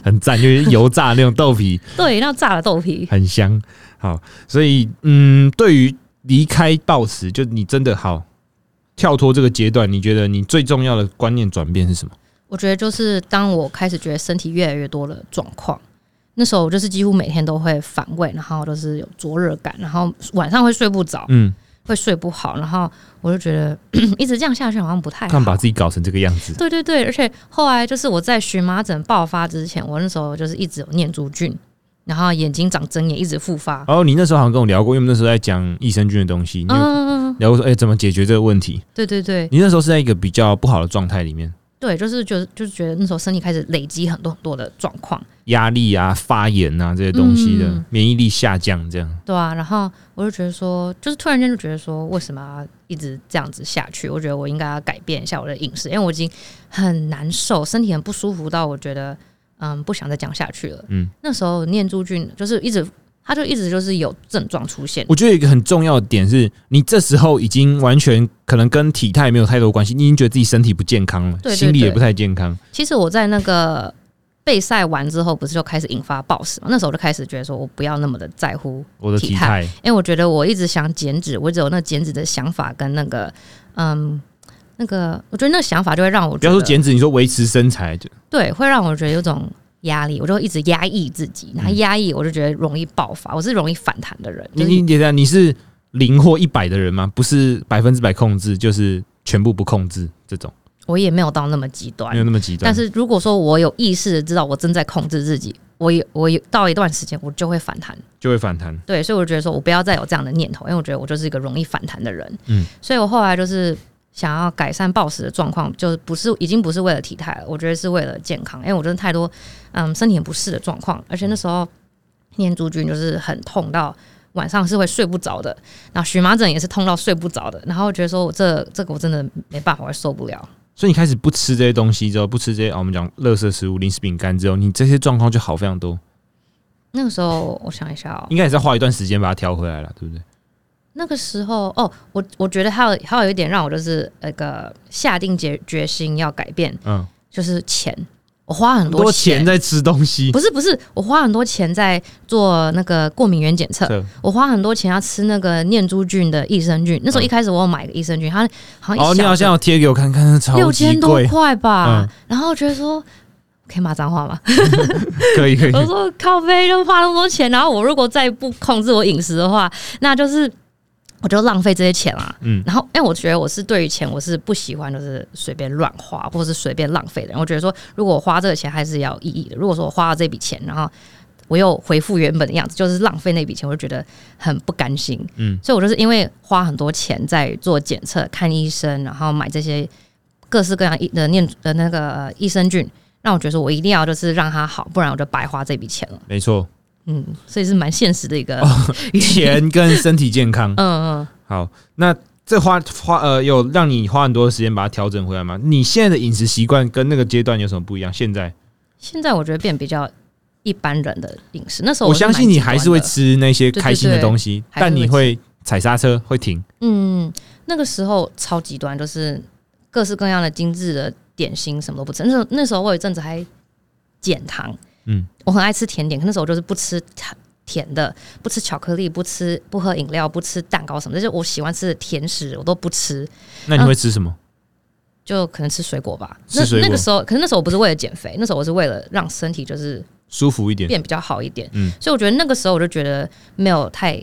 很赞，就是油炸那种豆皮，
对，那炸的豆皮，
很香。好，所以嗯，对于离开暴食，就你真的好跳脱这个阶段，你觉得你最重要的观念转变是什么？
我觉得就是当我开始觉得身体越来越多的状况。那时候我就是几乎每天都会反胃，然后都是有灼热感，然后晚上会睡不着，
嗯，
会睡不好，然后我就觉得 一直这样下去好像不太好。
看把自己搞成这个样子，
对对对，而且后来就是我在荨麻疹爆发之前，我那时候就是一直有念珠菌，然后眼睛长针眼一直复发。
然后哦你那时候好像跟我聊过，因为我们那时候在讲益生菌的东啊西，你有
嗯，
聊过说，哎、怎么解决这个问题？
对对对
你那时候是在一个比较不好的状态里面，
对，就是觉得就是觉得那时候身体开始累积很多很多的状况，
压力啊、发炎啊这些东西的、
嗯
免疫力下降，这样
对啊，然后我就觉得说，就是突然间就觉得说，为什么要一直这样子下去？我觉得我应该要改变一下我的饮食，因为我已经很难受，身体很不舒服到我觉得嗯不想再讲下去了。
嗯，
那时候念珠菌就是一直，它就一直就是有症状出现。
我觉得有一个很重要的点是，你这时候已经完全可能跟体态没有太多关系，你已经觉得自己身体不健康了，
对对
心理
对
也不太健康。
其实我在那个备赛完之后，不是就开始引发暴食嘛？那时候我就开始觉得说，我不要那么的在乎，
我的体
体
态
态因为我觉得我一直想减脂，我只有那减脂的想法跟那个，嗯，那个，我觉得那个想法就会让我
不
觉
要
得
说减脂，你说维持身材，就
对，会让我觉得有种压力，我就一直压抑自己，然后压抑我就觉得容易爆发，我是容易反弹的人，
你
就是
你你你是零或一百的人吗？不是百分之百控制，就是全部不控制这种，
我也没有到那么极端
没有，那么极端。
但是如果说我有意识的知道我正在控制自己，我有我有到一段时间我就会反弹。
就会反弹。
对，所以我觉得说我不要再有这样的念头，因为我觉得我就是一个容易反弹的人。
嗯
嗯，所以我后来就是想要改善暴食的状况，就是不是已经不是为了体态了，我觉得是为了健康，因为我真的太多嗯身体很不适的状况，而且那时候念珠菌就是很痛到。晚上是会睡不着的，然后荨麻疹也是痛到睡不着的，然后觉得说我这这个我真的没办法，我会受不了。
所以你开始不吃这些东西之后，不吃这些、哦、我们讲垃圾食物、零食饼干之后，你这些状况就好非常多。
那个时候我想一下哦、
应该也是要花一段时间把它调回来了，对不对？
那个时候哦，我我觉得还有还有一点让我就是那个下定决决心要改变，
嗯，
就是钱。我花很
多
钱
钱在吃东西，
不是不是，我花很多钱在做那个过敏原检测，
对
我花很多钱要吃那个念珠菌的益生菌。那时候一开始我有买个益生菌，它好
嗯
像
哦，
一
你
小
好像有贴给我看看，超级
六千多
贵，
块
嗯
吧，然后觉得说。可以骂脏话吗？
可以可以，
我说靠背就花那么多钱，然后我如果再不控制我饮食的话，那就是我就浪费这些钱啦、
嗯
然后，哎、我觉得我是对于钱我是不喜欢就是随便乱花或是随便浪费的人。我觉得说，如果我花这个钱还是要有意义的。如果说我花了这笔钱，然后我又恢复原本的样子，就是浪费那笔钱，我就觉得很不甘心。
嗯，
所以我就是因为花很多钱在做检测、看医生，然后买这些各式各样的念的那个呃益生菌，让我觉得说我一定要就是让它好，不然我就白花这笔钱了。
没错，
嗯，所以是蛮现实的一个、
哦 钱跟身体健康。
嗯嗯，
好，那这花花呃，有让你花很多时间把它调整回来吗？你现在的饮食习惯跟那个阶段有什么不一样？现在
现在我觉得变比较一般人的饮食。那时候
我
是
相信
蛮
你
极端
还是会
的
吃那些
对对
开心的
对
东西，
还是
但
会
你会踩刹车，会停。
嗯，那个时候超极端，就是各式各样的精致的点心，什么都不吃。那时候那时候我有一阵子还减糖，
嗯
嗯，我很爱吃甜点，可那时候我就是不吃甜甜的，不吃巧克力，不吃不喝饮料，不吃蛋糕什么的，就是我喜欢吃的甜食我都不吃，
那你会吃什么？
就可能吃水果吧。
吃水
那那
果
个时候，可是那时候我不是为了减肥，那时候我是为了让身体就是
舒服一点。
变比较好一点。
嗯
所以我觉得那个时候我就觉得没有太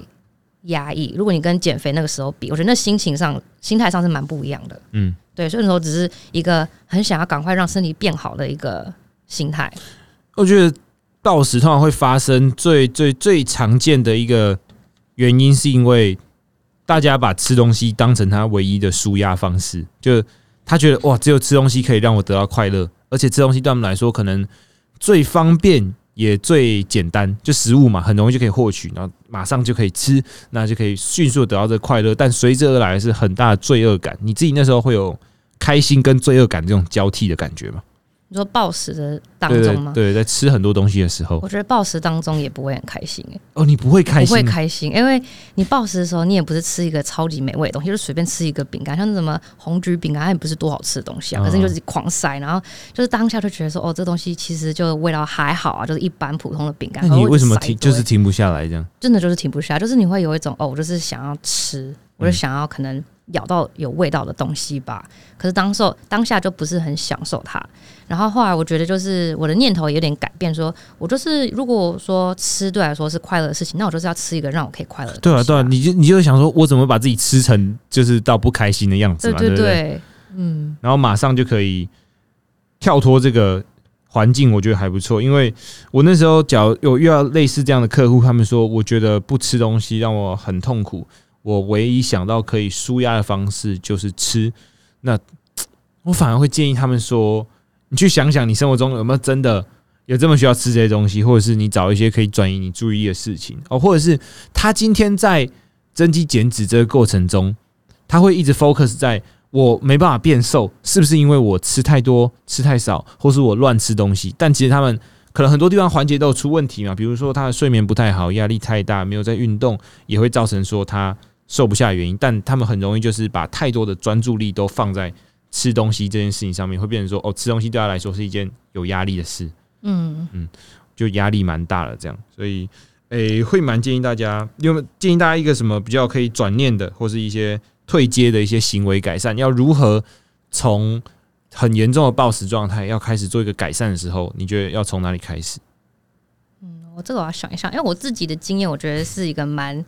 压抑。如果你跟减肥那个时候比，我觉得那心情上、心态上是蛮不一样的。
嗯，
对，所以那时候只是一个很想要赶快让身体变好的一个心态。
我觉得暴食通常会发生最最最常见的一个原因，是因为大家把吃东西当成他唯一的舒压方式，就他觉得哇，只有吃东西可以让我得到快乐，而且吃东西对他们来说可能最方便。也最简单，就食物嘛，很容易就可以获取，然后马上就可以吃，那就可以迅速地得到这个快乐。但随之而来的是很大的罪恶感。你自己那时候会有开心跟罪恶感这种交替的感觉吗？
你说暴食的当
对
中
对
吗？
对，在吃很多东西的时候
我，觉得暴食当中也不会很开心、欸，
哦，你不会开
不会
心、啊，
开心，因为你暴食的时候，你也不是吃一个超级美味的东西，就是随便吃一个饼干，像是什么红橘饼干，它也不是多好吃的东西啊，可是你就是狂塞，然后就是当下就觉得说，哦，这东西其实就味道还好啊，就是一般普通的饼干。
那
可是
你
我一直
为什么
塞一
停？
堆
就是停不下来这样？
真的就是停不下，就是你会有一种哦，我就是想要
嗯
吃，我就想要可能咬到有味道的东西吧。可是当时候当下就不是很享受它。然后后来我觉得就是我的念头有点改变说，我就是如果说吃对我来说是快乐的事情，那我就是要吃一个让我可以快乐的
对
东西、
啊，对啊，你就你就会想说，我怎么把自己吃成就是到不开心的样子
对
嘛，对
对
不对？
对，嗯
然后马上就可以跳脱这个环境，我觉得还不错。因为我那时候假如有遇到类似这样的客户，他们说，我觉得不吃东西让我很痛苦，我唯一想到可以舒压的方式就是吃。那我反而会建议他们说，你去想想你生活中有没有真的。有这么需要吃这些东西，或者是你找一些可以转移你注意力的事情哦，或者是他今天在增肌减脂这个过程中，他会一直 focus 在我没办法变瘦，是不是因为我吃太多、吃太少，或是我乱吃东西？但其实他们可能很多地方环节都有出问题嘛，比如说他的睡眠不太好、压力太大、没有在运动，也会造成说他瘦不下的原因。但他们很容易就是把太多的专注力都放在吃东西这件事情上面，会变成说哦，吃东西对他来说是一件有压力的事，
嗯，
就压力蛮大的这样。所以，诶、会蛮建议大家，因为建议大家一个什么比较可以转念的，或是一些退阶的一些行为改善，要如何从很严重的暴食状态要开始做一个改善的时候，你觉得要从哪里开始？
嗯我这个我要想一想，因为我自己的经验，我觉得是一个蛮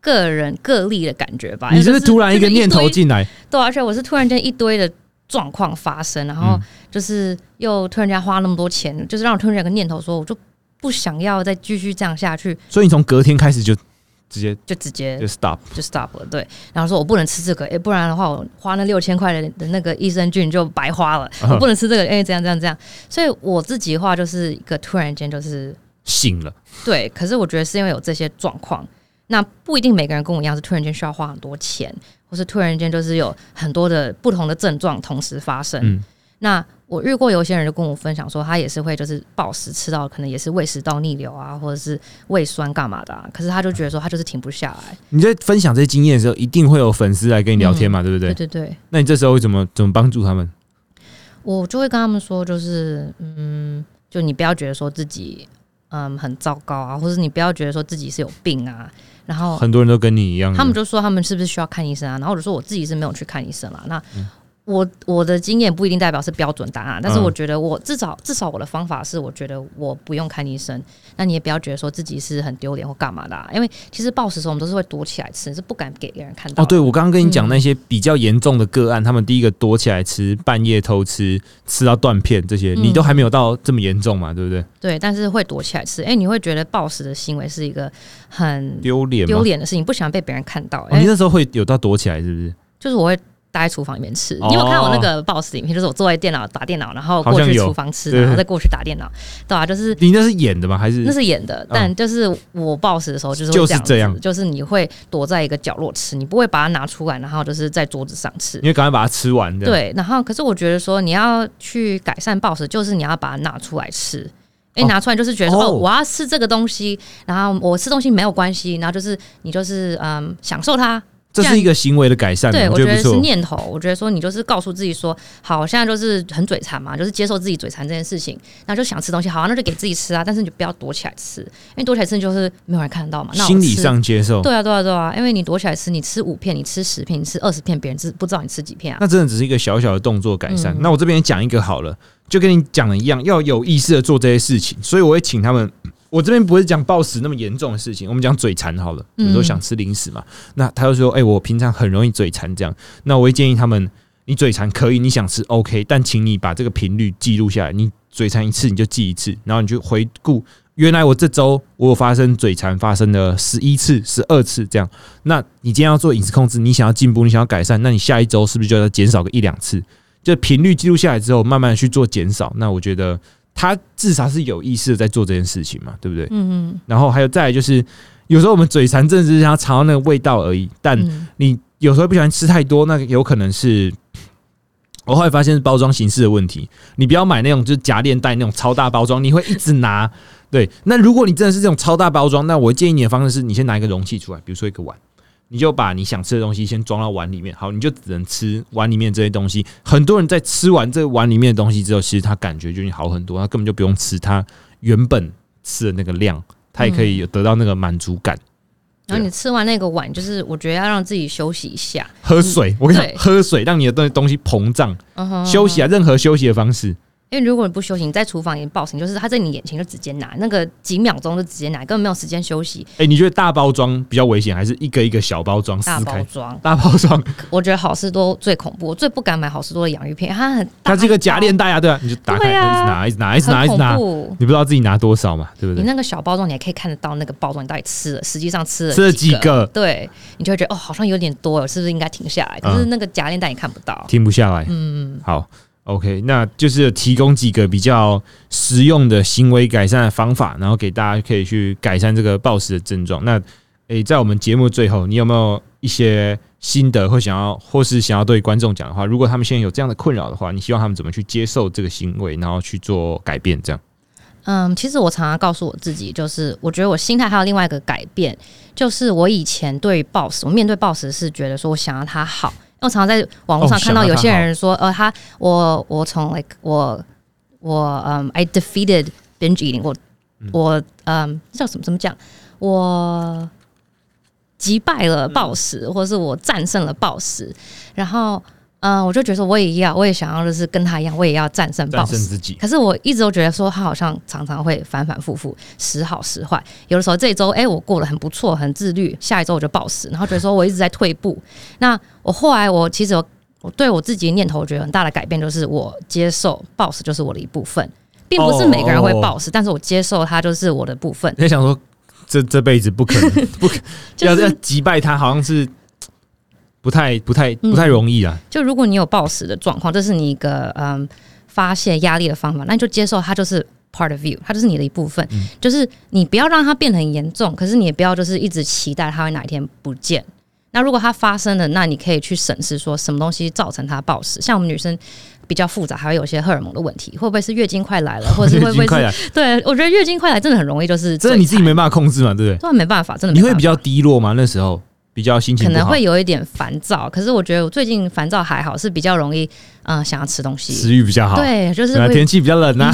个人个例的感觉吧。
你是不
因为
啊是
就
突然一个
真的
念头
堆
进来？
对啊、而且我是突然间一堆的状况发生，然后
嗯
就是又突然间花那么多钱，就是让我突然有个念头说，我就不想要再继续这样下去，
所以你从隔天开始就直接
就直接
就 stop。
就 stop 了。对，然后说我不能吃这个，诶，不然的话我花那六千块的的那个益生菌就白花了，我不能吃这个，诶，这样这样这样。所以我自己的话就是一个突然间就是
醒了，
对，可是我觉得是因为有这些状况，那不一定每个人跟我一样是突然间需要花很多钱，或是突然间就是有很多的不同的症状同时发生。
嗯
那我遇过有些人就跟我分享说，他也是会就是暴食吃到可能也是胃食道逆流啊，或者是胃酸干嘛的、啊，可是他就觉得说他就是停不下来。
你在分享这些经验的时嗯候，一定会有粉丝来跟你聊天嘛，对不对
对？对对，
那你这时候会怎么怎么帮助他们？
我就会跟他们说，就是嗯，就你不要觉得说自己嗯很糟糕啊，或者你不要觉得说自己是有病啊。然后
很多人都跟你一样的，
他们就说他们是不是需要看医生啊？然后我就说我自己是没有去看医生啦。那我我的经验不一定代表是标准答案，但是
嗯
我觉得我至少至少我的方法是，我觉得我不用看医生。那你也不要觉得说自己是很丢脸或干嘛的、啊，因为其实暴食的时候我们都是会躲起来吃，是不敢给别人看到嗯
哦，
的。
对，我刚刚跟你讲那些比较严重的个案，他们第一个躲起来吃，半夜偷吃，吃到断片这些，
嗯
你都还没有到这么严重嘛，对不对？
对，但是会躲起来吃。哎、你会觉得暴食的行为是一个很
丢脸，
丢、脸的事情，不想被别人看到。
哦！
哎、
你那时候会有到躲起来是不是？
就是我会待在厨房里面吃。
哦
你有看我那个 boss 影片，就是我坐在电脑打电脑，然后过
好像
去
有
厨房吃，
对嗯
然后再过去打电脑，对啊，就是
你那是演的吗？还是
那是演的，但就是我 boss 的时候就是
嗯就
会
是
样子，
这
就
样
是你会躲在一个角落吃，你不会把它拿出来，然后就是在桌子上吃
因。为赶快把它吃完的？，
对，然后可是我觉得说你要去改善暴食，就是你要把它拿出来吃。哎、
哦
拿出来就是觉得说
哦
哦我要吃这个东西，然后我吃东西没有关系，然后就是你就是嗯享受它，
这是一个行为的改善，啊
对，我
觉
觉
得不
得
错
是。念头。我觉得说你就是告诉自己说，好，我现在就是很嘴馋嘛，就是接受自己嘴馋这件事情，那就想吃东西，好、啊，那就给自己吃啊，但是你就不要躲起来吃，因为躲起来吃就是没有人看得到嘛。那我
心理
吃。
上接受，
对啊，对啊，对啊，因为你躲起来吃，你吃五片，你吃十片，你吃二十片，别人是不知道你吃几片啊。
那真的只是一个小小的动作改善。
嗯
那我这边讲一个好了，就跟你讲的一样，要有意识的做这些事情。所以我会请他们，嗯我这边不是讲暴食那么严重的事情，我们讲嘴馋好了。比如说
嗯
想吃零食嘛，那他就说：“哎、我平常很容易嘴馋这样。”那我会建议他们，你嘴馋可以，你想吃 OK，但请你把这个频率记录下来。你嘴馋一次你就记一次，然后你就回顾。原来我这周我有发生嘴馋，发生了十一次、十二次这样。那你今天要做饮食控制，你想要进步，你想要改善，那你下一周是不是就要减少个一两次？就频率记录下来之后，慢慢地去做减少。那我觉得他至少是有意识的在做这件事情嘛，对不对？
嗯
然后还有再来就是，有时候我们嘴馋，真的只是想要尝到那个味道而已。但
嗯，
你有时候不小心吃太多，那个有可能是。我后来发现是包装形式的问题，你不要买那种就是夹链袋那种超大包装，你会一直拿。 对，那如果你真的是这种超大包装，那我建议你的方式是你先拿一个容器出来，比如说一个碗，你就把你想吃的东西先装到碗里面，好，你就只能吃碗里面这些东西。很多人在吃完这个碗里面的东西之后，其实他感觉就已经好很多，他根本就不用吃他原本吃的那个量，他也可以有得到那个满足感。
然后你吃完那个碗，就是我觉得要让自己休息一下，
喝水，我跟你讲
嗯对，
喝水让你的东东西膨胀，
嗯哼
休息啊，任何休息的方式，
因为如果你不休息，你在厨房也暴行，就是他在你眼前就直接拿，那个几秒钟就直接拿，根本没有时间休息。
哎、你觉得大包装比较危险，还是一个一个小包装
大
撕
包
开？
装，
大包 装，
我觉得好事多最恐怖，我最不敢买好事多的洋芋片，它很大，
它这个夹链带啊，对啊，你就打开，哎
对啊
一直拿，一直拿，一直
很恐
拿，一直拿，
怖。
你不知道自己拿多少嘛，对不
你
对？
那个小包装，你还可以看得到那个包装你到底吃了，实际上吃了
吃了
几
几个
对，你就会觉得哦，好像有点多了，是不是应该停下来？可是
嗯
那个夹链袋你看不到，
停不下来，
嗯，
好。OK，那就是提供几个比较实用的行为改善的方法，然后给大家可以去改善这个暴食的症状。那诶、在我们节目最后，你有没有一些心得，或想要，或是想要对观众讲的话？如果他们现在有这样的困扰的话，你希望他们怎么去接受这个行为，然后去做改变？这样，
嗯，其实我常常告诉我自己，就是我觉得我心态还有另外一个改变，就是我以前对 boss，我面对 boss 是觉得说我想要他好，因为我常常在网络上
哦
看到
想要
有
他
些人说，呃，他我我从 like 我我嗯、i defeated binge eating，我、我嗯这叫什么怎么讲，我击败
嗯
了暴食，或是我战胜了暴食，然后。嗯，我就觉得我也要，我也想要，就是跟他一样，我也要战胜暴
战胜
食。
自己。
可是我一直都觉得说，他好像常常会反反复复，时好时坏。有的时候这一周，哎、我过得很不错，很自律；下一周我就暴食，然后觉得说我一直在退步。那我后来我其实有我对我自己的念头，我觉得很大的改变就是我接受暴食就是我的一部分，并不是每个人会暴食，但是我接受它就是我的部分。
你在想说，这这辈子不可能， 不可
就
要
是
要击败他，好像是不太、不太、
嗯
不太容易啊。
就如果你有暴食的状况，这是你一个嗯发泄压力的方法，那你就接受它就是 part of you，它就是你的一部分，
嗯
就是你不要让它变得很严重，可是你也不要就是一直期待它会哪一天不见。那如果它发生了，那你可以去审视说什么东西造成它暴食。像我们女生比较复杂，还会有一些荷尔蒙的问题，会不会是月经快来了，或者是会
已哦经
不会
快
是？
来，
对，我觉得月经快来真的很容易，就是
真的你自己没办法控制嘛，对不对？
这没办法，真的
你
没
会
办
比
法。
较低落吗？那时候比较心情
可
不
能
好
会有一点烦躁。可是我觉得我最近烦躁还好，是比较容易嗯、呃想要吃东西。
食欲比较好，
对，就是
对啊，
会嗯
天气比较冷啊，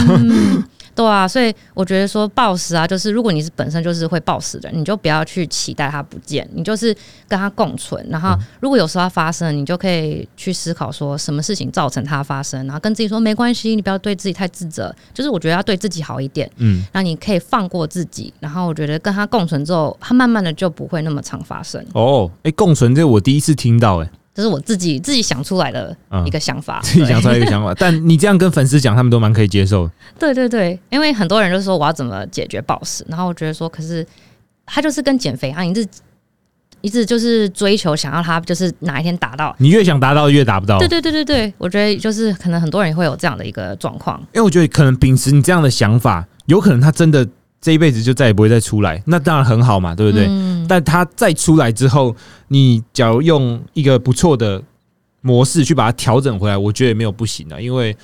对啊，所以我觉得说暴食啊，就是如果你是本身就是会暴食的人，你就不要去期待它不见，你就是跟它共存。然
嗯
后如果有时候它发生了，你就可以去思考说什么事情造成它发生，然后跟自己说没关系，你不要对自己太自责。就是我觉得要对自己好一点，
嗯，
让你可以放过自己。然后我觉得跟它共存之后，它慢慢的就不会那么常发生。
哦，哎、共存这个我第一次听到、诶，
这是我自己自己想出来的
嗯
一个想法，
自己讲出来一个想法，但你这样跟粉丝讲，他们都蛮可以接受的，
对对对，因为很多人就说我要怎么解决暴食，然后我觉得说，可是他就是跟减肥一样，一直一直就是追求想要他就是哪一天达到。
你越想达到越达不到，
对对对对对，我觉得就是可能很多人会有这样的一个状况。
因为我觉得可能秉持你这样的想法，有可能他真的这一辈子就再也不会再出来，那当然很好嘛，对不对？
嗯，
但他再出来之后，你假如用一个不错的模式去把它调整回来，我觉得也没有不行的，啊因为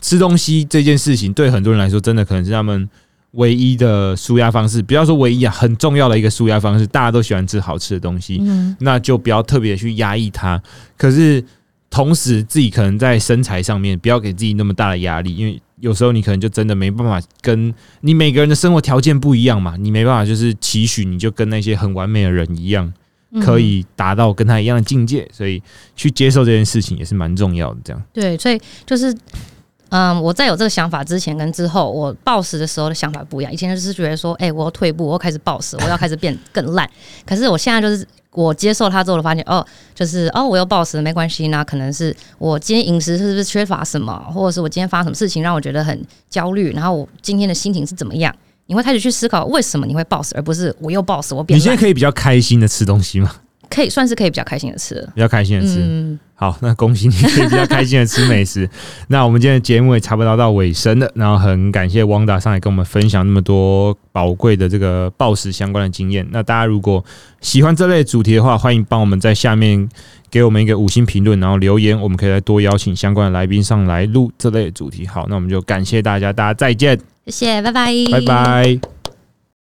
吃东西这件事情对很多人来说，真的可能是他们唯一的舒压方式，不要说唯一啊，很重要的一个舒压方式。大家都喜欢吃好吃的东西，
嗯
那就不要特别去压抑它。可是同时，自己可能在身材上面不要给自己那么大的压力，因为有时候你可能就真的没办法跟你每个人的生活条件不一样嘛，你没办法就是期许你就跟那些很完美的人一样，
嗯
可以达到跟他一样的境界，所以去接受这件事情也是蛮重要的。这样，
对，所以就是，嗯，我在有这个想法之前跟之后，我暴食的时候的想法不一样。以前就是觉得说，哎、我要退步，我要开始暴食，我要开始变更烂。可是我现在就是。我接受它之后，我发现哦，就是哦，我又暴食了，没关系。那可能是我今天饮食是不是缺乏什么，或者是我今天发生什么事情让我觉得很焦虑，然后我今天的心情是怎么样？你会开始去思考为什么你会暴食，而不是我又暴食，我变
你现在
烂。
可以比较开心的吃东西嘛，
可以算是可以比较开心的吃了。
比较开心的吃。
嗯，
好，那恭喜你可以比较开心的吃美食。 那我们今天的节目也差不多到尾声了，然后很感谢汪达上来跟我们分享那么多宝贵的这个暴食相关的经验。那大家如果喜欢这类主题的话，欢迎帮我们在下面给我们一个五星评论，然后留言，我们可以再多邀请相关的来宾上来录这类的主题。好，那我们就感谢大家，大家再见，
谢谢，拜拜，
拜拜。